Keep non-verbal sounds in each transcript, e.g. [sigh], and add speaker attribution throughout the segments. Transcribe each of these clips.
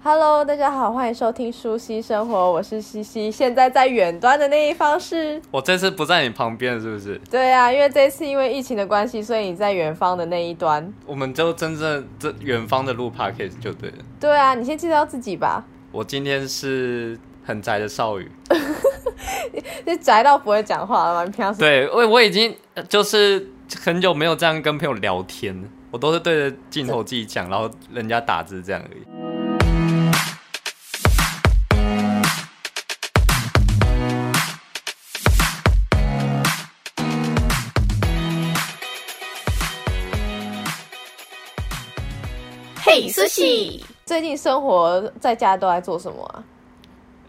Speaker 1: Hello，大家好，欢迎收听《舒西生活》，我是西西。现在在远端的那一方是，
Speaker 2: 我这次不在你旁边，是不是？
Speaker 1: 对啊，因为这次因为疫情的关系，所以你在远方的那一端。
Speaker 2: 我们就真正这远方的录 podcast 就对了。
Speaker 1: 对啊，你先介绍自己吧，
Speaker 2: 我今天是很宅的少宇，
Speaker 1: 就宅到不会讲话了吗？你平常是
Speaker 2: 对我我已经呃就是很久没有这样跟朋友聊天了，我都是对着镜头自己讲，然后人家打字这样而已。
Speaker 3: 嘿，苏西，
Speaker 1: 最近生活在家都在做什么啊？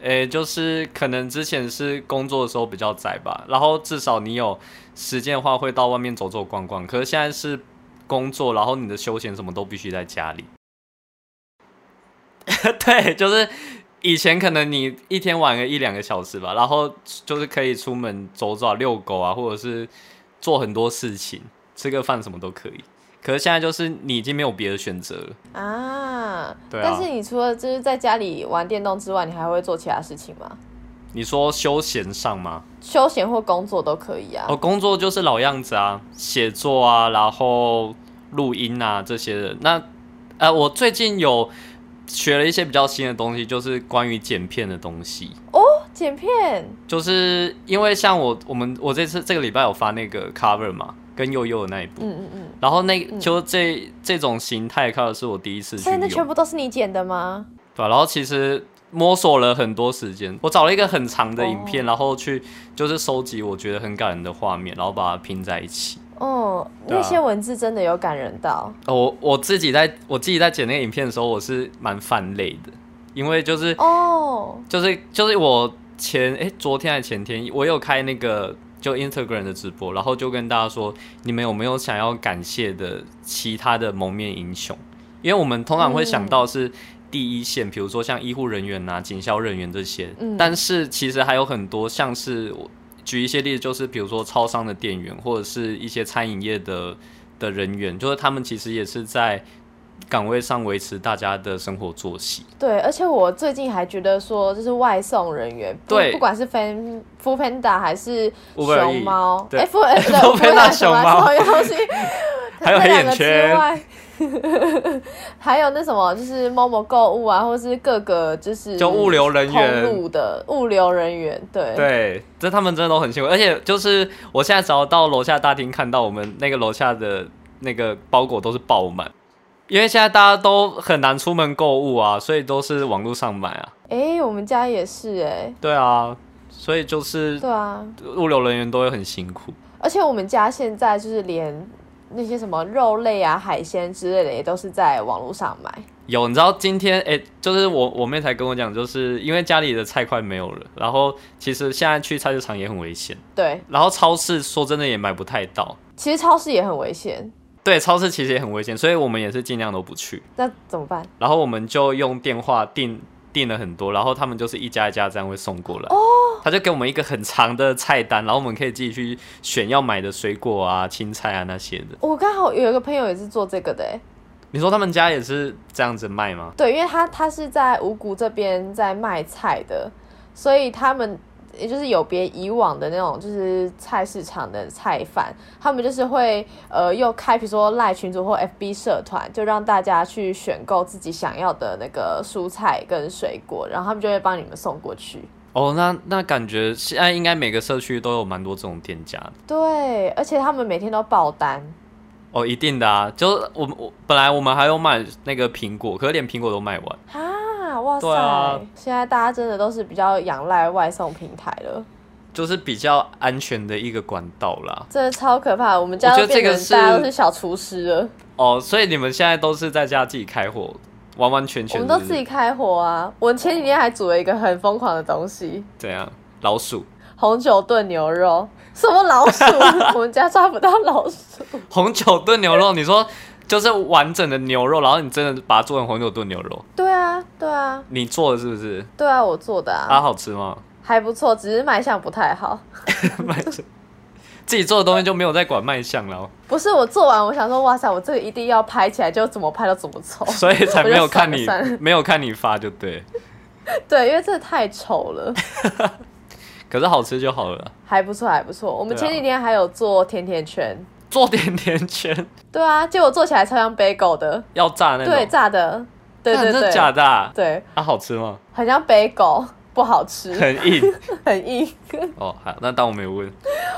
Speaker 2: 诶，就是可能之前是工作的时候比较宅吧，然后至少你有时间的话会到外面走走逛逛。可是现在是工作，然后你的休闲什么都必须在家里。 [laughs] 对，就是以前可能你一天玩个一两个小时吧，然后就是可以出门走走啊、遛狗啊，或者是做很多事情，吃个饭什么都可以。可是现在就是你已经没有别的选择了。
Speaker 1: 啊，
Speaker 2: 对啊
Speaker 1: 但是你除了就是在家里玩电动之外，你还会做其他事情吗？
Speaker 2: 你说休闲上吗？
Speaker 1: 休闲或工作都可以啊。
Speaker 2: 哦，工作就是老样子啊，写作啊，然后录音啊这些的。那呃，我最近有学了一些比较新的东西，就是关于剪片的东西。
Speaker 1: 剪片
Speaker 2: 就是因为像我我们我这次这个礼拜有发那个 cover 嘛，跟悠悠的那一部，
Speaker 1: 嗯嗯嗯，
Speaker 2: 然后那就这、这种形态 cover 是我第一次去
Speaker 1: 所以那
Speaker 2: 用，
Speaker 1: 全部都是你剪的吗？
Speaker 2: 对、啊，然后其实。摸索了很多时间，我找了一个很长的影
Speaker 1: 哦
Speaker 2: 片然后去就是收集我觉得很感人的画面，然后把它拼在一起。
Speaker 1: 哦、
Speaker 2: 对啊
Speaker 1: 那些文字真的有感人到。
Speaker 2: 哦，我我自己在我自己在剪那个影片的时候，我是蛮泛泪的，因为就是
Speaker 1: 哦、
Speaker 2: 就是就是我前诶，昨天还前天，我有开那个就 Instagram 的直播，然后就跟大家说，你们有没有想要感谢的其他的蒙面英雄？因为我们通常会想到是第一线，比如说像医护人员啊、警消人员这些，
Speaker 1: 嗯
Speaker 2: 但是其实还有很多像是我举一些例子，就是比如说超商的店员或者是一些餐饮业的的人员，就是他们其实也是在岗位上维持大家的生活作息。
Speaker 1: 对，而且我最近还觉得说，就是外送人员，不
Speaker 2: 对
Speaker 1: 不管是 Fan、f o o Panda 还是
Speaker 2: Uber
Speaker 1: 熊
Speaker 2: Eats，
Speaker 1: 猫，
Speaker 2: 对
Speaker 1: 哎，Food 呃对
Speaker 2: [laughs] Foodpanda
Speaker 1: Foodpanda
Speaker 2: 熊猫
Speaker 1: 这种东西，
Speaker 2: [laughs] 还有
Speaker 1: 这
Speaker 2: 黑
Speaker 1: 两
Speaker 2: 眼
Speaker 1: 个之
Speaker 2: 圈
Speaker 1: 外， [laughs] 还有那什么，就是某某购物啊，或是各个就是
Speaker 2: 就物流人员
Speaker 1: 通路的物流人员，对
Speaker 2: 对，这他们真的都很辛苦，而且就是我现在只要到楼下大厅看到我们那个楼下的那个包裹都是爆满，因为现在大家都很难出门购物啊，所以都是网络上买啊。
Speaker 1: 哎、我们家也是哎、
Speaker 2: 对啊，所以就是
Speaker 1: 对啊，
Speaker 2: 物流人员都会很辛苦。
Speaker 1: 而且我们家现在就是连那些什么肉类啊、海鲜之类的，也都是在网络上买。
Speaker 2: 有，你知道今天诶，就是我我妹才跟我讲，就是因为家里的菜快没有了，然后其实现在去菜市场也很危险，
Speaker 1: 对，
Speaker 2: 然后超市说真的也买不太到，
Speaker 1: 其实超市也很危险，
Speaker 2: 对，超市其实也很危险，所以我们也是尽量都不去。
Speaker 1: 那怎么办？
Speaker 2: 然后我们就用电话订订了很多，然后他们就是一家一家这样会送过来。
Speaker 1: 哦
Speaker 2: 他就给我们一个很长的菜单，然后我们可以自己去选要买的水果啊、青菜啊那些的。
Speaker 1: 我刚好有一个朋友也是做这个的、欸，
Speaker 2: 你说他们家也是这样子卖吗？
Speaker 1: 对，因为他他是在五谷这边在卖菜的，所以他们也就是有别以往的那种就是菜市场的菜贩，他们就是会呃又开比如说赖群组或 FB 社团，就让大家去选购自己想要的那个蔬菜跟水果，然后他们就会帮你们送过去。
Speaker 2: 哦，那那感觉现在应该每个社区都有蛮多这种店家的。
Speaker 1: 对，而且他们每天都爆单，
Speaker 2: 哦，一定的啊，就是我们我本来我们还有买那个苹果，可是连苹果都卖完。
Speaker 1: 啊，哇塞！
Speaker 2: 对啊
Speaker 1: 现在大家真的都是比较仰赖外送平台了，
Speaker 2: 就是比较安全的一个管道啦。
Speaker 1: 真的超可怕。我们家
Speaker 2: 我
Speaker 1: 都
Speaker 2: 觉得
Speaker 1: 变
Speaker 2: 这个
Speaker 1: 成大家
Speaker 2: 是
Speaker 1: 都是小厨师了，
Speaker 2: 哦，所以你们现在都是在家自己开火，完完全
Speaker 1: 我
Speaker 2: 全
Speaker 1: 们都
Speaker 2: 是
Speaker 1: 自己开火啊。我前几天还煮了一个很疯狂的东西
Speaker 2: 怎样？老鼠，
Speaker 1: ——红酒炖牛肉。什么老鼠？ [laughs] 我们家抓不到老鼠。
Speaker 2: 红酒炖牛肉，你说就是完整的牛肉，然后你真的把它做成红酒炖牛肉，
Speaker 1: 对啊，对啊，
Speaker 2: 你做的是不是？
Speaker 1: 对啊，我做的啊，
Speaker 2: 啊，好吃吗？ [laughs]
Speaker 1: 还不错，只是卖相不太好。
Speaker 2: 买这自己做的东西就没有在管卖相了，
Speaker 1: 不是我做完，我想说，哇塞，我这个一定要拍起来，就怎么拍都怎么丑。 [laughs]
Speaker 2: 所以才没有看你
Speaker 1: 我就算了算了
Speaker 2: 没有看你发就对。
Speaker 1: 对，因为真的太丑了，
Speaker 2: 可是好吃就好了，
Speaker 1: 还不错，还不错。我们
Speaker 2: 对啊
Speaker 1: 前几天还有做甜甜圈，
Speaker 2: 做点甜圈
Speaker 1: 对啊，结果做起来超像 bagel 的，
Speaker 2: [laughs] 要炸那种，
Speaker 1: 对，炸的，对
Speaker 2: 干
Speaker 1: 对
Speaker 2: 真的
Speaker 1: 对，
Speaker 2: 假的啊？
Speaker 1: 对，
Speaker 2: 啊，好吃吗？
Speaker 1: 很像 bagel，不好吃，
Speaker 2: 很
Speaker 1: [laughs]
Speaker 2: 硬
Speaker 1: 很硬。
Speaker 2: 哦，好，那当我没问。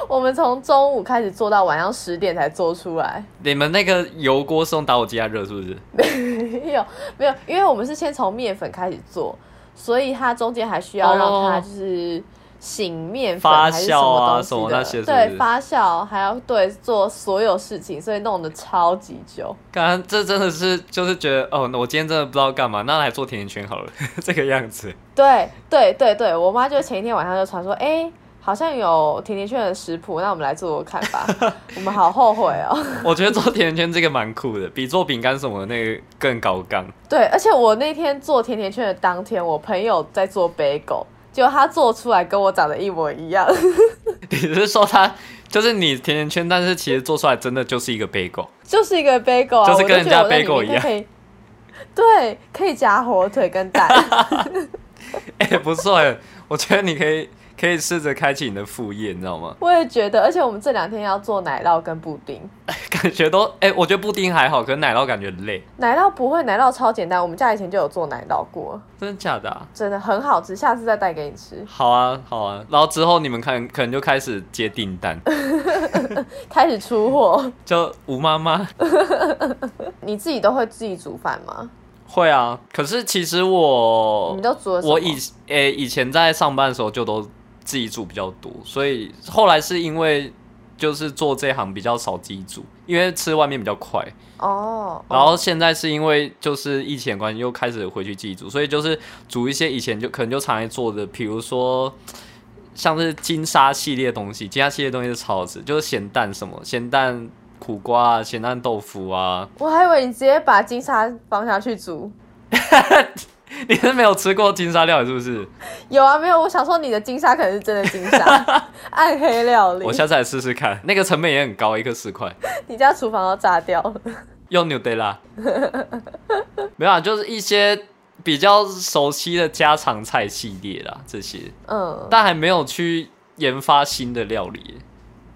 Speaker 1: 我们从中午开始做到晚上十点才做出来， [laughs]
Speaker 2: 你们那个油锅是用打火机来热是不是？
Speaker 1: 没有没有，因为我们是先从面粉开始做，所以它中间还需要让它
Speaker 2: 哦
Speaker 1: 就是醒面粉
Speaker 2: 发
Speaker 1: 还是什
Speaker 2: 酵
Speaker 1: 么
Speaker 2: 啊
Speaker 1: 东西
Speaker 2: 什么
Speaker 1: 的
Speaker 2: 那些是不是
Speaker 1: 对，发酵还要对做所有事情，所以弄得超级久。
Speaker 2: 刚这真的是就是觉得哦，我今天真的不知道干嘛，那来做甜甜圈好了， [laughs] 这个样子。
Speaker 1: 对对对对，我妈就前一天晚上就传说，哎、好像有甜甜圈的食谱，那我们来做做看吧。
Speaker 2: [laughs]
Speaker 1: 我们好后悔哦。
Speaker 2: 我觉得做甜甜圈这个蛮酷的，比做饼干什么的那个更高杠。
Speaker 1: 对，而且我那天做甜甜圈的当天，我朋友在做 bagel，结果他做出来跟我长得一模一样。
Speaker 2: [laughs]
Speaker 1: [laughs]
Speaker 2: 你是说它就是你甜甜圈，但是其实做出来真的就是一个 [laughs] bagel，
Speaker 1: 就是一个 bagel，、啊、
Speaker 2: 就是跟人家
Speaker 1: 我就觉得我
Speaker 2: bagel
Speaker 1: 在里面可以。对，可以夹火腿跟
Speaker 2: [laughs]
Speaker 1: 蛋，
Speaker 2: 哎、不错哎，我觉得你可以可以试着开启你的副业，你知道吗？ [laughs]
Speaker 1: 我也觉得。而且我们这两天要做奶酪跟布丁，
Speaker 2: 感觉都哎、我觉得布丁还好，可是奶酪感觉很累，
Speaker 1: 奶酪不会，奶酪超简单，我们家以前就有做奶酪过，
Speaker 2: 真的假的、啊？
Speaker 1: 真的很好吃，下次再带给你吃。
Speaker 2: 好啊，好啊，然后之后你们看可能就开始接订单，
Speaker 1: 开始出货， [laughs]
Speaker 2: 就吴妈妈 [laughs]
Speaker 1: 你自己都会自己煮饭吗？
Speaker 2: 会啊，可是其实
Speaker 1: 你
Speaker 2: 我
Speaker 1: 们都煮了什么
Speaker 2: 我以诶、以前在上班的时候就都自己煮比较多，所以后来是因为就是做这行比较少自己煮，因为吃外面比较快，
Speaker 1: 哦，
Speaker 2: 然后现在是因为就是疫情的关系又开始回去自己煮，所以就是煮一些以前就可能就常来做的，比如说。像是金沙系列的东西，金沙系列的东西是超好吃，就是咸蛋什么咸蛋苦瓜啊，咸蛋豆腐啊，
Speaker 1: 我还以为你直接把金沙放下去煮。
Speaker 2: 你是没有吃过金沙料理是不是？
Speaker 1: 有啊，没有？我想说你的金沙可能是真的金
Speaker 2: [laughs]
Speaker 1: 沙，暗黑料理
Speaker 2: 我。下次来试试看，那个成本也很高，一个十块。
Speaker 1: 你家厨房要炸掉了。
Speaker 2: 用 New Day 啦， [laughs] 没有啊，就是一些比较熟悉的家常菜系列啦，这些，
Speaker 1: 嗯，
Speaker 2: 但还没有去研发新的料理耶，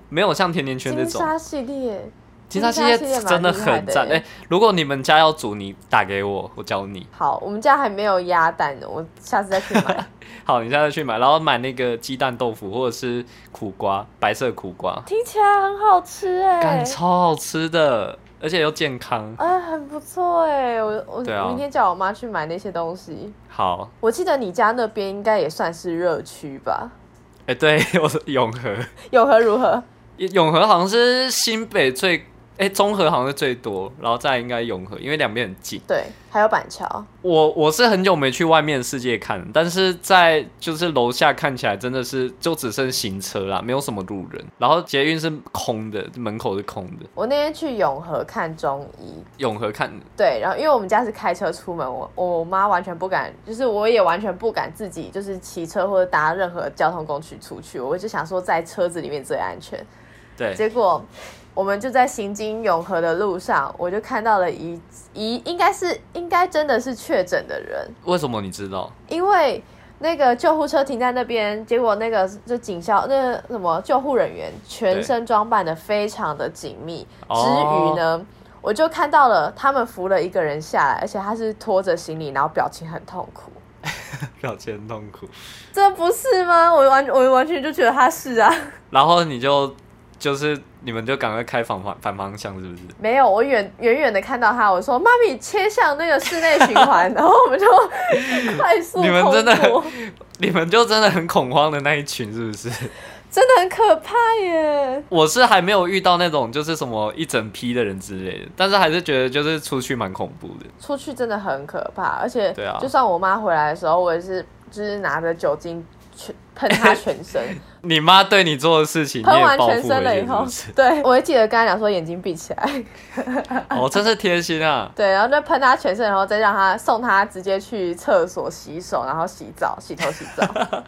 Speaker 2: 没有像甜甜圈这
Speaker 1: 金
Speaker 2: 种。
Speaker 1: 沙系列，
Speaker 2: 金沙系列真
Speaker 1: 金沙
Speaker 2: 的很赞，
Speaker 1: 系列蛮厉害
Speaker 2: 哎、
Speaker 1: 的
Speaker 2: 如果你们家要煮，你打给我，我教你。
Speaker 1: 好，我们家还没有鸭蛋的，我下次再去
Speaker 2: [laughs]
Speaker 1: 买。
Speaker 2: 好，你现在去买，然后买那个鸡蛋豆腐或者是苦瓜，白色苦瓜，
Speaker 1: 听起来很好吃哎、
Speaker 2: 感超好吃的，而且又健康。
Speaker 1: 哎，很不错哎、我我、
Speaker 2: 对啊
Speaker 1: 明天叫我妈去买那些东西。
Speaker 2: 好，
Speaker 1: 我记得你家那边应该也算是热区吧？
Speaker 2: 哎、对， [laughs] 我是永和。
Speaker 1: 有何如何？
Speaker 2: 永和好像是新北最，哎、中和好像是最多，然后再来应该永和，因为两边很近。
Speaker 1: 对，还有板桥，
Speaker 2: 我我是很久没去外面世界看，但是在就是楼下看起来真的是就只剩行车啦，没有什么路人，然后捷运是空的，门口是空的。
Speaker 1: 我那天去永和看中医，
Speaker 2: 永和看
Speaker 1: 对，然后因为我们家是开车出门，我我妈完全不敢，就是我也完全不敢自己就是骑车或者搭任何交通工具出去，我就想说在车子里面最安全。
Speaker 2: 对，
Speaker 1: 结果我们就在行经永和的路上，我就看到了一一应该是应该真的是确诊的人，
Speaker 2: 为什么你知道？
Speaker 1: 因为那个救护车停在那边，结果那个就警校那个什么救护人员全身装扮的非常的紧密，
Speaker 2: 哦
Speaker 1: 之余呢。我就看到了他们扶了一个人下来，而且他是拖着行李，然后表情很痛苦，
Speaker 2: 表情很痛苦。
Speaker 1: 这不是吗？我完我完全就觉得他是啊， [laughs]
Speaker 2: 然后你就就是你们就赶快开反方反方向，是不是？
Speaker 1: 没有，我远远远的看到他，我说：“妈咪，切向那个室内循
Speaker 2: [laughs]
Speaker 1: 环。”然后我们就快速
Speaker 2: 你们
Speaker 1: 通
Speaker 2: 真的
Speaker 1: 过
Speaker 2: 你们就真的很恐慌的那一群，是不是？
Speaker 1: 真的很可怕耶！
Speaker 2: 我是还没有遇到那种就是什么一整批的人之类的，但是还是觉得就是出去蛮恐怖的。
Speaker 1: 出去真的很可怕，而且
Speaker 2: 对啊
Speaker 1: 就算我妈回来的时候，我也是就是拿着酒精全喷他全身，
Speaker 2: 你妈对你做的事情， [laughs] 你
Speaker 1: 喷
Speaker 2: 也
Speaker 1: 完
Speaker 2: 报
Speaker 1: 全
Speaker 2: 复
Speaker 1: 身了
Speaker 2: 回
Speaker 1: 以
Speaker 2: 去，
Speaker 1: 后 [laughs]
Speaker 2: 是，
Speaker 1: 对我会记得跟他讲说眼睛闭起来， [laughs]
Speaker 2: 不是？哦，真是贴心啊！
Speaker 1: 对，然后再喷他全身，然后再让他送他直接去厕所洗手，然后洗澡、洗头、洗澡。 [laughs]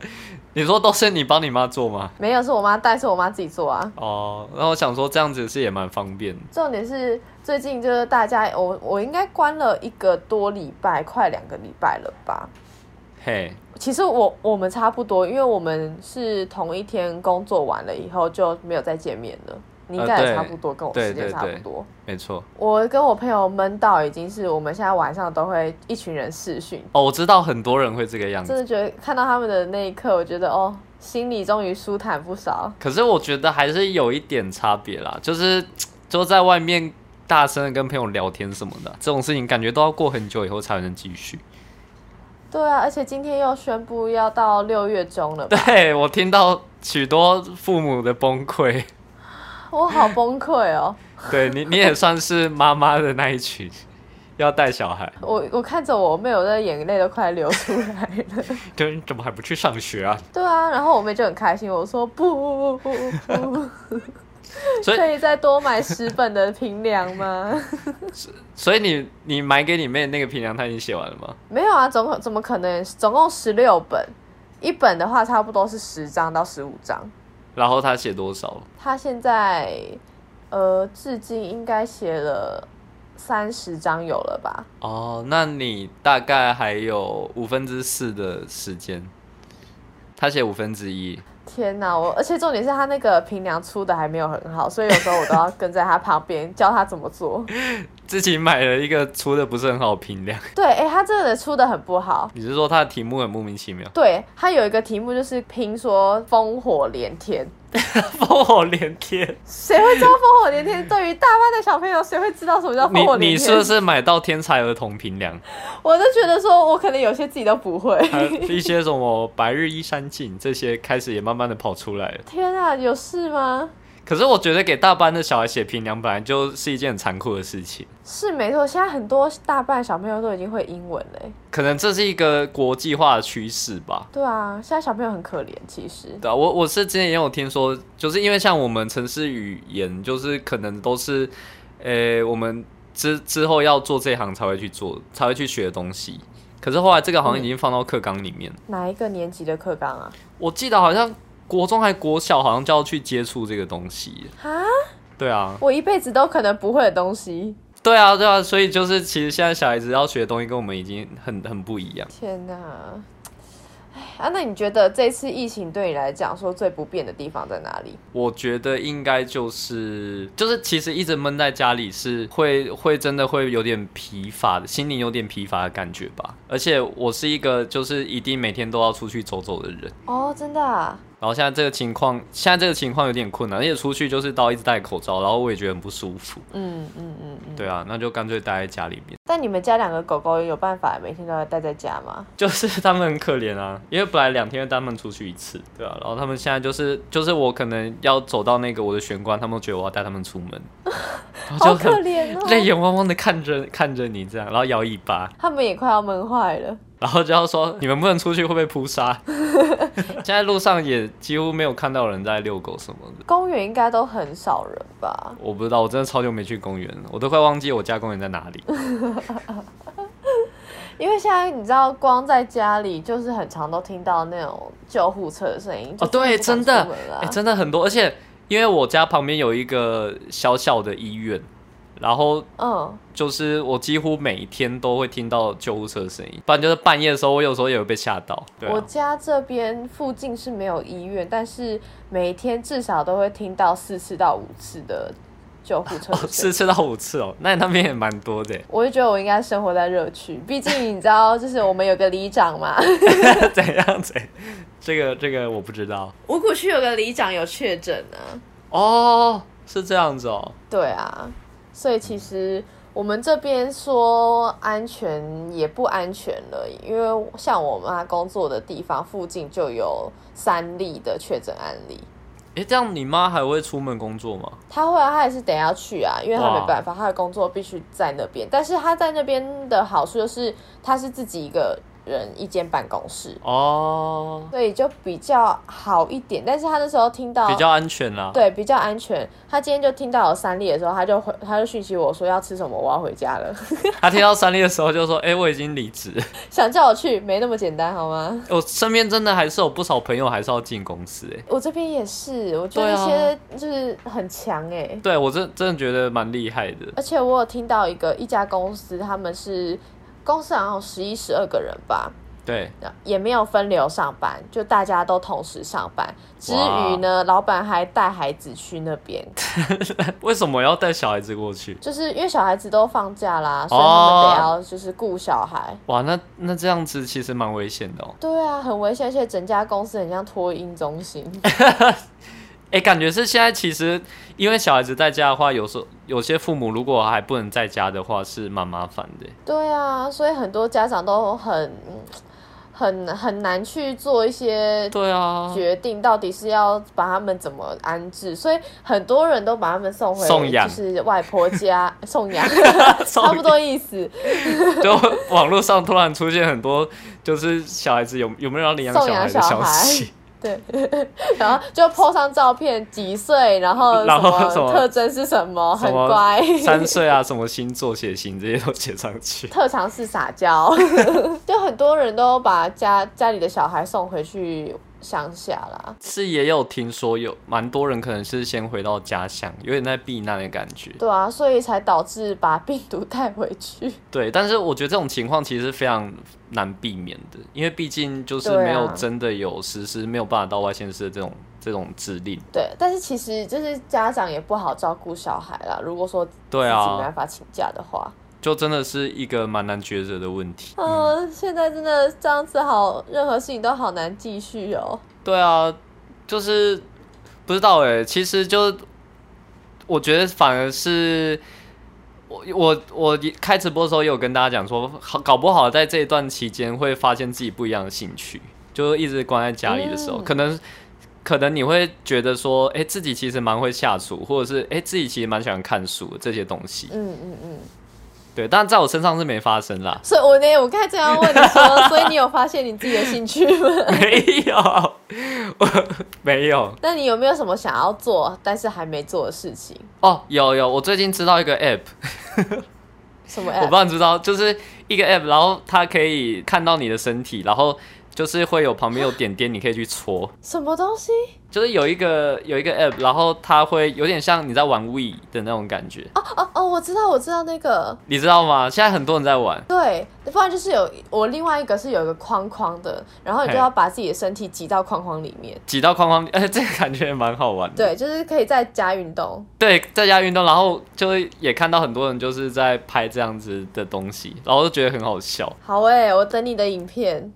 Speaker 2: 你说都是你帮你妈做吗？
Speaker 1: 没有，是我妈带，是我妈自己做啊。
Speaker 2: 哦，那我想说这样子是也蛮方便的。
Speaker 1: 重点是最近就是大家，我我应该关了一个多礼拜，快两个礼拜了吧。
Speaker 2: 嘿，
Speaker 1: 其实我我们差不多，因为我们是同一天工作完了以后就没有再见面了。你应该也差不多，跟我时间差不
Speaker 2: 呃对对
Speaker 1: 多。
Speaker 2: 没错。
Speaker 1: 我跟我朋友闷到已经是我们现在晚上都会一群人视讯，
Speaker 2: 哦，我知道很多人会这个样
Speaker 1: 真
Speaker 2: 子，
Speaker 1: 的觉得看到他们的那一刻，我觉得哦，心里终于舒坦不少。
Speaker 2: 可是我觉得还是有一点差别啦，就是就在外面大声的跟朋友聊天什么的，这种事情感觉都要过很久以后才能继续。
Speaker 1: 对啊，而且今天又宣布要到六月中了吧，
Speaker 2: [laughs] 对我听到许多父母的崩 [laughs] 溃，
Speaker 1: 我好崩溃哦。
Speaker 2: 对你你也算是妈妈的那一群，要带小孩，
Speaker 1: 我我看着我妹，我的眼泪都快流出来了。
Speaker 2: 对，你怎么还不去上学啊？
Speaker 1: 对啊，然后我妹就很开心，我说不，
Speaker 2: [laughs] 所以
Speaker 1: 可以再多买十本的平凉吗？ [laughs]
Speaker 2: 所以你你买给你妹那个平量，她已经写完了吗？
Speaker 1: 没有啊，总怎么可能？总共十六本，一本的话差不多是十张到十五张。
Speaker 2: 然后她写多少了？
Speaker 1: 他现在呃，至今应该写了三十张有了吧？
Speaker 2: 哦，那你大概还有五分之四的时间，他写五分之一，
Speaker 1: 天哪，我而且重点是他那个平凉出的还没有很好，所以有时候我都要跟在他旁边教他怎么做。
Speaker 2: 自己买了一个出的不是很好的评量。 [laughs]
Speaker 1: 对，哎、他真的出的很不好。
Speaker 2: 你是说他的题目很莫名其 [laughs] 妙，
Speaker 1: 对他有一个题目就是拼说烽火连天，
Speaker 2: 烽火连天？
Speaker 1: 谁会知道烽火连天？对于大班的小朋友，谁会知道什么叫烽火
Speaker 2: 你
Speaker 1: 连天？
Speaker 2: 你是不是买到天才儿童评量，
Speaker 1: 我就觉得说，我可能有些自己都不
Speaker 2: [laughs]
Speaker 1: 会。
Speaker 2: 还有一些什么白日依山尽这些开始也慢慢的跑出来了。
Speaker 1: 天啊，有事吗？
Speaker 2: 可是我觉得给大班的小孩写评量本来就是一件很残酷的事情，
Speaker 1: 是没错，现在很多大半小朋友都已经会英文嘞。
Speaker 2: 可能这是一个国际化的趋势吧。
Speaker 1: 对啊，现在小朋友很可怜，其实。
Speaker 2: 对啊，我我是之前也有听说，就是因为像我们城市语言，就是可能都是，呃、我们之之后要做这一行才会去做，才会去学的东西。可是后来这个好像已经放到课纲里面，
Speaker 1: 哪一个年级的课纲啊？
Speaker 2: 我记得好像国中还国小好像就要去接触这个东西。
Speaker 1: 啊，
Speaker 2: 对啊，
Speaker 1: 我一辈子都可能不会的东西。
Speaker 2: 对啊，对啊，所以就是其实现在小孩子要学的东西跟我们已经很很不一样。
Speaker 1: 天哪、啊！啊，那你觉得这次疫情对你来讲说最不便的地方在哪里？
Speaker 2: 我觉得应该就是就是，其实一直闷在家里是会会真的会有点疲乏的，心灵有点疲乏的感觉吧。而且我是一个就是一定每天都要出去走走的人，
Speaker 1: 哦，真的、啊，
Speaker 2: 然后现在这个情况，现在这个情况有点困难，而且出去就是到一直戴口罩，然后我也觉得很不舒服。
Speaker 1: 嗯嗯嗯嗯。
Speaker 2: 对啊，那就干脆待在家里面。
Speaker 1: 但你们家两个狗狗有办法每天都要待在家吗？
Speaker 2: 就是他们很可怜啊，因为本来两天带他们出去一次，对啊，然后他们现在就是就是我可能要走到那个我的玄关，他们觉得我要带他们出门，然后
Speaker 1: 好
Speaker 2: 就
Speaker 1: 可
Speaker 2: 很
Speaker 1: 怜
Speaker 2: 泪
Speaker 1: 哦，
Speaker 2: 眼汪汪的看着看着你这样，然后摇尾巴，
Speaker 1: 他们也快要闷坏了。
Speaker 2: 然后就要说你们不能出去会被扑杀。 [laughs] 现在路上也几乎没有看到人在遛狗什么的。
Speaker 1: 公园应该都很少人吧？
Speaker 2: 我不知道，我真的超久没去公园了，我都快忘记我家公园在哪里。
Speaker 1: 因为现在你知道，光在家里就是很常都听到那种救护车的声音。
Speaker 2: 哦，
Speaker 1: [laughs]
Speaker 2: 对，真
Speaker 1: 的
Speaker 2: 的
Speaker 1: 不敢出门，
Speaker 2: 哎、
Speaker 1: 啦
Speaker 2: 真的很多，而且因为我家旁边有一个小小的医院，然后
Speaker 1: 嗯，
Speaker 2: 就是我几乎每天都会听到救护车的声音，不然就是半夜的时候，我有时候也会被吓到。对、
Speaker 1: 我
Speaker 2: 啊，
Speaker 1: 家这边附近是没有医院，但是每天至少都会听到四次到五次的救护车的
Speaker 2: 哦，
Speaker 1: 声
Speaker 2: 四
Speaker 1: 音。
Speaker 2: 次到五次哦，那你那边也蛮多的耶。 [laughs]
Speaker 1: 我就觉得我应该生活在热区，毕竟你知道，就是我们有个里长嘛，
Speaker 2: 怎样怎样？这个这个我不知道
Speaker 1: 五股区有个里长有确诊啊。
Speaker 2: 哦，是这样子哦。
Speaker 1: 对啊，所以其实我们这边说安全也不安全了，因为像我妈工作的地方附近就有三例的确诊案例。
Speaker 2: 诶，这样你妈还会出门工作吗？
Speaker 1: 她会啊，她也是得要去啊，因为她
Speaker 2: 哇
Speaker 1: 没办法，她的工作必须在那边。但是她在那边的好处就是，她是自己一个人一间办公室，
Speaker 2: 哦，
Speaker 1: 所以就比较好一点。但是他那时候听到
Speaker 2: 比较安全啊啦。，
Speaker 1: 对比较安全，他今天就听到有三例的时候，他就回他就讯息我说要吃什么，我要回家了， [laughs]
Speaker 2: 他听到三立的时候就说：“哎、我已经离职。 [laughs]
Speaker 1: 想叫我去没那么简单好吗？”
Speaker 2: 我身边真的还是有不少朋友还是要进公司、哎，
Speaker 1: 我这边也是，我觉得
Speaker 2: 对
Speaker 1: 那
Speaker 2: 啊
Speaker 1: 些就是很强哎、
Speaker 2: 对我真真的觉得蛮厉害的。
Speaker 1: 而且我有听到一个一家公司，他们是公司好像有十一十二个人吧，
Speaker 2: 对，
Speaker 1: 也没有分流上班，就大家都同时上班。之
Speaker 2: 哇
Speaker 1: 余呢，老板还带孩子去那边， [laughs]
Speaker 2: 为什么要带小孩子过去？
Speaker 1: 就是因为小孩子都放假啦，所以他们得要就是顾小孩。
Speaker 2: 哇，那那这样子其实蛮危险的哦。
Speaker 1: 对啊，很危险，而且整家公司很像托婴中心。 [laughs]
Speaker 2: 哎、感觉是现在其实因为小孩子在家的话，有时候有些父母如果还不能在家的话，是蛮麻烦的。
Speaker 1: 对啊，所以很多家长都很嗯很很难去做一些
Speaker 2: 对啊，
Speaker 1: 决定到底是要把他们怎么安置，所以很多人都把他们送回
Speaker 2: 送养
Speaker 1: 就是外婆
Speaker 2: [laughs]
Speaker 1: 家送养，[laughs]
Speaker 2: 送
Speaker 1: 差不多意思。
Speaker 2: 就 [laughs] 网络上突然出现很多就是小孩子有有没有要领养小孩的消 [laughs] 息，
Speaker 1: 对，然后就 po 上照片，几岁，然后
Speaker 2: 然后
Speaker 1: 什
Speaker 2: 什
Speaker 1: 么
Speaker 2: 么
Speaker 1: 特征是什么，很
Speaker 2: 什么
Speaker 1: 乖，
Speaker 2: 三岁啊，什么星座、血型这些都写上去。
Speaker 1: 特长是撒 [laughs] 娇，就很多人都把家家里的小孩送回去乡下啦。
Speaker 2: 是也有听说有蛮多人可能是先回到家乡，有点在避难的感觉。
Speaker 1: 对啊，所以才导致把病毒带回去。
Speaker 2: 对，但是我觉得这种情况其实是非常难避免的，因为毕竟就是
Speaker 1: 对啊
Speaker 2: 没有真的有实施没有办法到外县市的这种这种指令。
Speaker 1: [laughs] 对，但是其实就是家长也不好照顾小孩啦。如果说自己
Speaker 2: 对啊
Speaker 1: 没办法请假的话，
Speaker 2: 就真的是一个蛮难抉择的问题。
Speaker 1: 嗯、现在真的这样子好，任何事情都好难继续哦。
Speaker 2: 对啊，就是不知道哎、其实就我觉得反而是我我我开直播的时候也有跟大家讲说，好搞不好在这一段期间会发现自己不一样的兴趣，就是一直关在家里的时候，
Speaker 1: 嗯
Speaker 2: 可能。可能你会觉得说，哎、自己其实蛮会下厨，或者是哎、自己其实蛮喜欢看书的这些东西，
Speaker 1: 嗯嗯嗯。，
Speaker 2: 对。但在我身上是没发生啦
Speaker 1: 所以我呢，我刚才正要问你 [laughs] 说，所以你有发现你自己的兴趣 [laughs] 吗？
Speaker 2: 没有， [laughs] 我没有。
Speaker 1: 那你有没有什么想要做但是还没做的事情？
Speaker 2: 哦，有有，我最近知道一个 app，
Speaker 1: 什么哎
Speaker 2: 我
Speaker 1: app？
Speaker 2: 不知道你知道，就是一个 app，然后它可以看到你的身体，然后就是会有旁边有点点，你可以去搓。
Speaker 1: 什么东西？
Speaker 2: 就是有一个有一个 app，然后它会有点像你在玩 We 的那种感觉，
Speaker 1: 哦哦哦，我知道，我知道那个。
Speaker 2: 你知道吗？现在很多人在玩，
Speaker 1: 对，不然就是有我另外一个是有一个框框的，然后你就
Speaker 2: 嘿
Speaker 1: 要把自己的身体挤到框框里面。
Speaker 2: 挤到框框， [laughs] 哎、这个感觉也蛮好玩的。
Speaker 1: 对，就是可以在家运动。
Speaker 2: 对，在家运动，然后就是也看到很多人就是在拍这样子的东西，然后就觉得很好笑。
Speaker 1: 好诶、我等你的影
Speaker 2: [laughs]
Speaker 1: 片。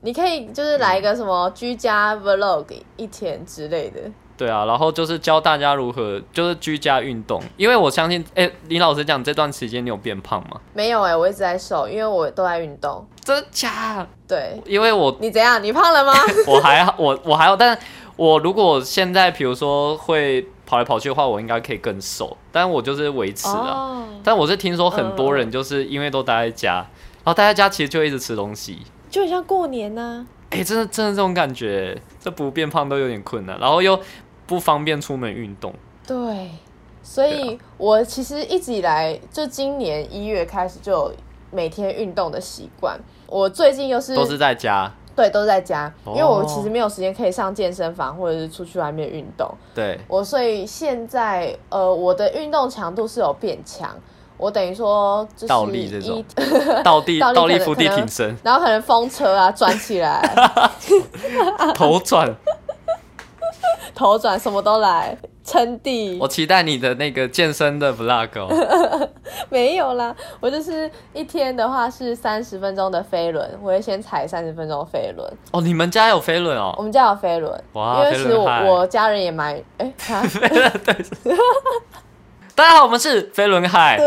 Speaker 1: 你可以就是来一个什
Speaker 2: 嗯
Speaker 1: 么居家 vlog 一天之类的。
Speaker 2: 对啊，然后就是教大家如何就是居家运动，因为我相信，哎、林老师讲这段时间你有变胖吗？
Speaker 1: 没有诶、欸我一直在瘦，因为我都在运动。
Speaker 2: 真假？
Speaker 1: 对，
Speaker 2: 因为我
Speaker 1: 你怎样？你胖了吗？
Speaker 2: 我还好我我还好，但我如果现在比如说会跑来跑去的话，我应该可以更瘦，但我 [laughs] 就是维持啊。
Speaker 1: 哦，
Speaker 2: 但我是听说很多人就是因为都待在家，然后待在家其实就一直吃东西，
Speaker 1: 就很像过年呢、
Speaker 2: 哎、真的真的这种感觉，这不变胖都有点困难，然后又不方便出门运动。
Speaker 1: 对，所
Speaker 2: 啊
Speaker 1: 以我其实一直以来，就今年一月开始就有每天运动的习惯。我最近又是
Speaker 2: 都是在家，
Speaker 1: 对都在家，因为我
Speaker 2: 哦
Speaker 1: 其实没有时间可以上健身房或者是出去外面运动。 [laughs]
Speaker 2: 对，
Speaker 1: 我所以现在呃，我的运动强度是有变强，我等于说就是
Speaker 2: 倒立这种
Speaker 1: 一， [laughs]
Speaker 2: 倒地
Speaker 1: 倒立
Speaker 2: 倒立
Speaker 1: 可能
Speaker 2: 伏地
Speaker 1: 可能
Speaker 2: 挺身，
Speaker 1: 然后可能风车啊转起来，
Speaker 2: 头转。
Speaker 1: 头转什么都来，撑地
Speaker 2: 我期待你的那个健身的 vlog 哦。
Speaker 1: [laughs] 没有啦，我就是一天的话是三十分钟的飞轮，我会先踩三十分钟飞轮。
Speaker 2: 哦，你们家有飞轮哦？
Speaker 1: 我们家有飞轮，
Speaker 2: 哇
Speaker 1: 因为其
Speaker 2: 飞
Speaker 1: 实
Speaker 2: 轮
Speaker 1: 我
Speaker 2: 派
Speaker 1: 我家人也蛮 [laughs] 哎、啊
Speaker 2: [laughs] 大家好，我们是飞轮海，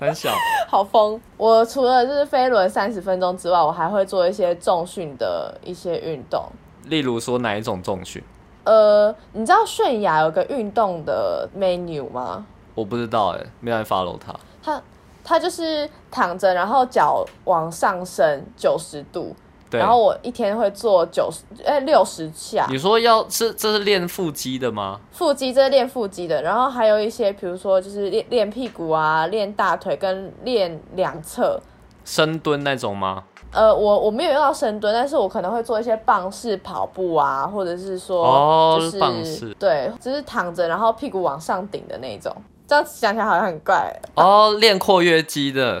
Speaker 2: 很小
Speaker 1: 好疯。我除了就是飞轮三十分钟之外，我还会做一些重训的一些运动。
Speaker 2: 例如说哪一种重训，
Speaker 1: 呃，你知道泫雅有个运动的 menu 吗？
Speaker 2: 欸我不知道哎、没来 follow 他。
Speaker 1: 它它就是躺着，然后脚往上升九十度，
Speaker 2: 对，
Speaker 1: 然后我一天会做九十哎六十下
Speaker 2: 你，说要是这是练腹肌的吗？
Speaker 1: 腹肌这是练腹肌的，然后还有一些比如说就是练练屁股啊，练大腿跟练两侧。
Speaker 2: 深蹲那种吗？
Speaker 1: 呃，我我没有用到深蹲，但是我可能会做一些棒式跑步啊，或者是说，
Speaker 2: 哦
Speaker 1: 就是
Speaker 2: 棒式
Speaker 1: 对，就是躺着然后屁股往上顶的那种。这样想起来好像很怪， [laughs]
Speaker 2: 哦，练括约肌的，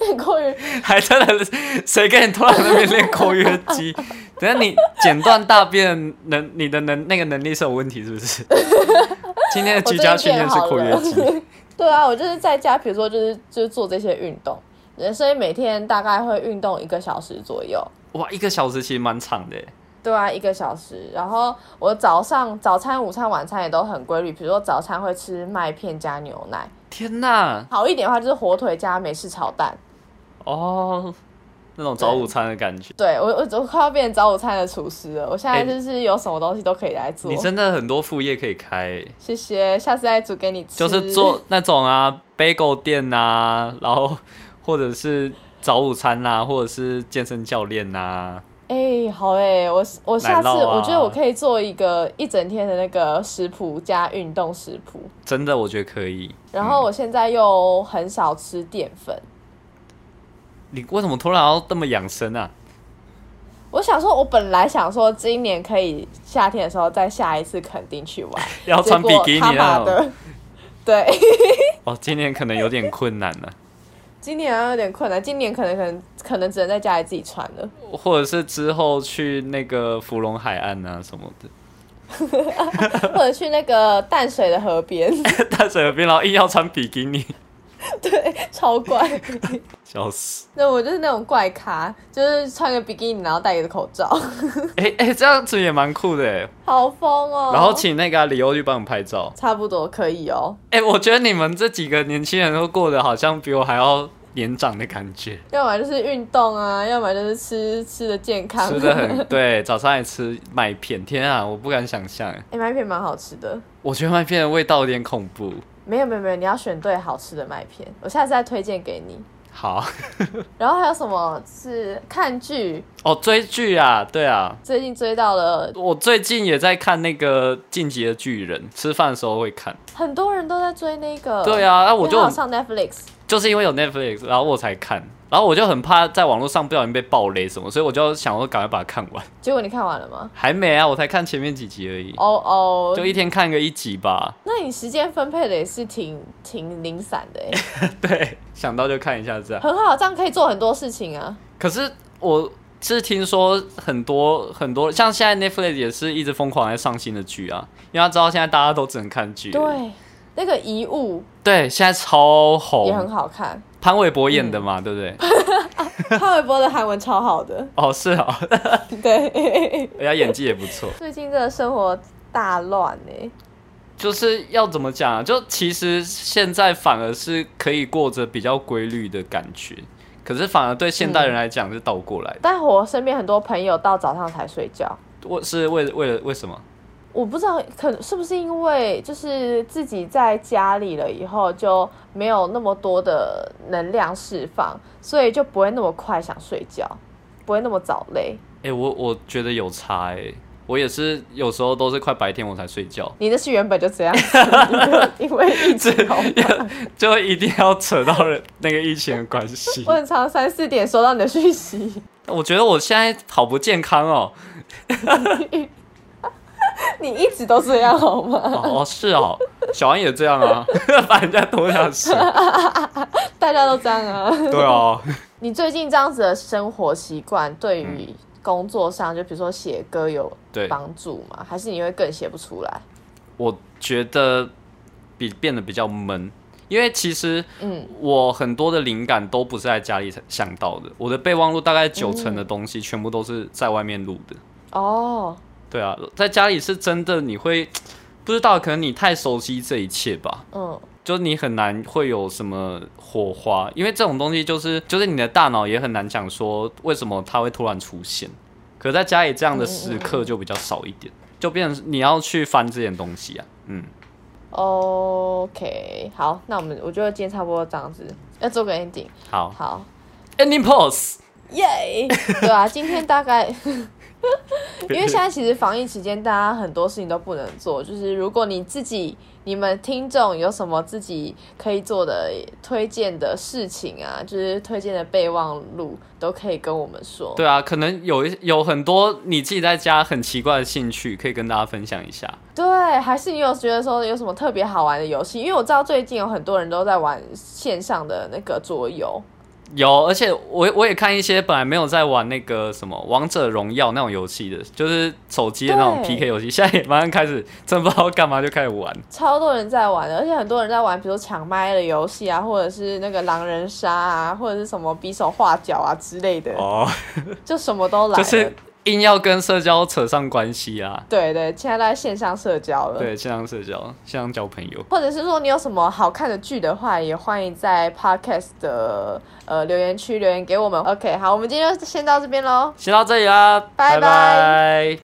Speaker 1: 练过于
Speaker 2: 还真的，谁跟你突然那边练括约肌？等下你剪断大便的能，你的能那个能力是有问题是不是？今天的
Speaker 1: 我最
Speaker 2: 居家
Speaker 1: 近
Speaker 2: 训
Speaker 1: 变
Speaker 2: 练是
Speaker 1: 好
Speaker 2: 括约
Speaker 1: 了
Speaker 2: 肌。。
Speaker 1: [laughs] 对啊，我就是在家，比如说就是就是做这些运动，呃所以每天大概会运动一个小时左右。
Speaker 2: 哇，一个小时其实蛮长的耶。欸
Speaker 1: 对啊，一个小时。然后我早上早餐、午餐、晚餐也都很规律，比如说早餐会吃麦片加牛奶，
Speaker 2: 天哪！
Speaker 1: 好一点的话就是火腿加美式炒蛋。
Speaker 2: 哦，那种早午餐的感觉，
Speaker 1: 对我，我我快要变成早午餐的厨师了。我现在
Speaker 2: 哎
Speaker 1: 就是有什么东西都可以来做。
Speaker 2: 你真的很多副业可以开耶，
Speaker 1: 谢谢，下次再煮给你吃。
Speaker 2: 就是做那种啊，bagel 店呐、啊，然后或者是早午餐呐、啊，或者是健身教练啊呐、
Speaker 1: 哎、好哎、我我下次、
Speaker 2: 奶酪啊
Speaker 1: 我觉得我可以做一个一整天的那个食谱加运动食谱。
Speaker 2: 真的我觉得可以。
Speaker 1: 然后我现在又很少吃淀粉，
Speaker 2: 你为什么突然要这么养生啊？
Speaker 1: 我想说，我本来想说今年可以夏天的时候再下一次垦丁去玩，
Speaker 2: 要 [laughs] 穿比基
Speaker 1: [laughs] 结
Speaker 2: 尼
Speaker 1: 果他妈
Speaker 2: 那种？
Speaker 1: 的，对， [laughs]
Speaker 2: 哦，今年可能有点困难啊了、
Speaker 1: 今年好像有点困难，今年可能可能可能只能在家里自己穿
Speaker 2: [laughs]
Speaker 1: 了。
Speaker 2: 或者是之后去那个芙蓉海岸啊什么的， [laughs]
Speaker 1: 或者去那个淡水的河边， [laughs]
Speaker 2: 淡水河边，然后硬要穿比基尼，
Speaker 1: 对，超
Speaker 2: [laughs]
Speaker 1: 怪。
Speaker 2: 笑死！
Speaker 1: 那我就是那种怪咖，就是穿个比基尼，然后戴个口罩， [laughs]
Speaker 2: 哎、哎、这样子也蛮酷的耶，
Speaker 1: 好疯哦。
Speaker 2: 然后请那个啊李欧去帮你拍照。
Speaker 1: 差不多可以哦，
Speaker 2: 哎、我觉得你们这几个年轻人都过得好像比我还要年长的感觉，
Speaker 1: 要么就是运动啊，要么就是吃吃的健康，
Speaker 2: 吃的
Speaker 1: [laughs]
Speaker 2: 很对。早上还吃麦片，天啊，我不敢想象哎，
Speaker 1: 哎、麦片蛮好吃的。
Speaker 2: 我觉得麦片的味道有点恐怖。
Speaker 1: 没有没有没有，你要选对好吃的麦片，我下次再推荐给你。
Speaker 2: 好
Speaker 1: 然后还有什么是看剧？
Speaker 2: 哦，追剧啊，对啊，
Speaker 1: 最近追到了，
Speaker 2: 我最近也在看那个《进击的巨人》，吃饭的时候会看。
Speaker 1: 很多人都在追那个。
Speaker 2: 对，啊，那、我就
Speaker 1: 因为它有上 Netflix。
Speaker 2: 就是因为有 Netflix，然后我才看，然后我就很怕在网络上不小心被暴雷什么，所以我就想说赶快把它看完。
Speaker 1: 结果你看完了吗？
Speaker 2: 还没啊，我才看前面几集而已，
Speaker 1: 哦哦，
Speaker 2: 就一天看个一集吧。
Speaker 1: 那你时间分配的也是挺挺零散的哎，
Speaker 2: 对，想到就看一下这样。
Speaker 1: 很好，这样可以做很多事情啊。
Speaker 2: 可是我是听说很多很多，像现在 Netflix 也是一直疯狂在上新的剧啊，因为他知道现在大家都只能看剧。
Speaker 1: 对，那个遗物
Speaker 2: 对，现在超红，
Speaker 1: 也很嗯好看，
Speaker 2: 潘玮柏演的嘛，对不 [laughs] 对？
Speaker 1: 潘玮柏的韩文超好的， [laughs]
Speaker 2: 哦，是哦，
Speaker 1: 对。
Speaker 2: 人家演技也不
Speaker 1: [laughs]
Speaker 2: 错。
Speaker 1: 最近这个生活大乱哎，
Speaker 2: 就是要怎么讲、啊？就其实现在反而是可以过着比较规律的感觉，可是反而对现
Speaker 1: 嗯
Speaker 2: 代人来讲是倒过来的。
Speaker 1: 但我身边很多朋友到早上才睡觉。
Speaker 2: 我是为为了为什么？
Speaker 1: 我不知道，可能是不是因为就是自己在家里了以后就没有那么多的能量释放，所以就不会那么快想睡觉，不会那么早累。
Speaker 2: 哎、我我觉得有差哎、我也是有时候都是快白天我才睡觉，
Speaker 1: 你那是原本就这样子，因为疫情哦好吗？
Speaker 2: 就一定要扯到了那个疫情的关系
Speaker 1: 我。很常三四点收到你的讯息，
Speaker 2: 我觉得我现在好不健
Speaker 1: [laughs]
Speaker 2: 康哦。
Speaker 1: 你一直都这样好吗？
Speaker 2: 哦，哦是哦，小安也这样啊， [laughs] 把人家拖
Speaker 1: [laughs]
Speaker 2: 下水。
Speaker 1: 大家都这样啊。
Speaker 2: 对哦，
Speaker 1: 你最近这样子的生活习惯，对于工作上，就比如说写歌有
Speaker 2: 对
Speaker 1: 帮助吗？还是你会更写不出来？
Speaker 2: 我觉得比变得比较闷，因为其实
Speaker 1: 嗯，
Speaker 2: 我很多的灵感都不是在家里想到的，我的备忘录大概九成
Speaker 1: 嗯
Speaker 2: 的东西全部都是在外面录的。
Speaker 1: 哦，
Speaker 2: 对啊，在家里是真的你会不知道，可能你太熟悉这一切吧，
Speaker 1: 嗯。
Speaker 2: 就你很难会有什么火花，因为这种东西就是就是你的大脑也很难讲说为什么它会突然出现。可在家里这样的时刻就比较少一点，就变成你要去翻这点东西啊，嗯。
Speaker 1: OK，好，那我们我觉得今天差不多这样子，要做个 ending。
Speaker 2: 好
Speaker 1: 好，
Speaker 2: ，ending pose，
Speaker 1: 耶、对啊，今天大
Speaker 2: [laughs]
Speaker 1: 概，因为现在其实防疫期间，大家很多事情都不能做。就是如果你自己、你们听众有什么自己可以做的推荐的事情啊，就是推荐的备忘录，都可以跟我们说。
Speaker 2: 对啊，可能有一有很多你自己在家很奇怪的兴趣，可以跟大家分享一下。
Speaker 1: 对，还是你有觉得说有什么特别好玩的游戏？因为我知道最近有很多人都在玩线上的那个桌游。
Speaker 2: 有，而且我我也看一些本来没有在玩那个什么《王者荣耀》那种游戏的，就是手机的那种
Speaker 1: 对
Speaker 2: PK 游戏，现在也马上开始，真不知道干嘛就开始玩。
Speaker 1: 超多人在玩的，而且很多人在玩，比如抢麦的游戏啊，或者是那个狼人杀啊，或者是什么比手画脚啊之类的，
Speaker 2: 哦，
Speaker 1: 就什么都来
Speaker 2: [laughs] 就
Speaker 1: 了。
Speaker 2: 是硬要跟社交扯上关系啊。
Speaker 1: 对对，现在都在线上社交了。，
Speaker 2: 对，线上社交，线上交朋友。
Speaker 1: 或者是说你有什么好看的剧的话，也欢迎在 podcast 的呃留言区留言给我们。OK，好，我们今天就先到这边喽。
Speaker 2: 先到这里啦，
Speaker 1: 拜拜
Speaker 2: 拜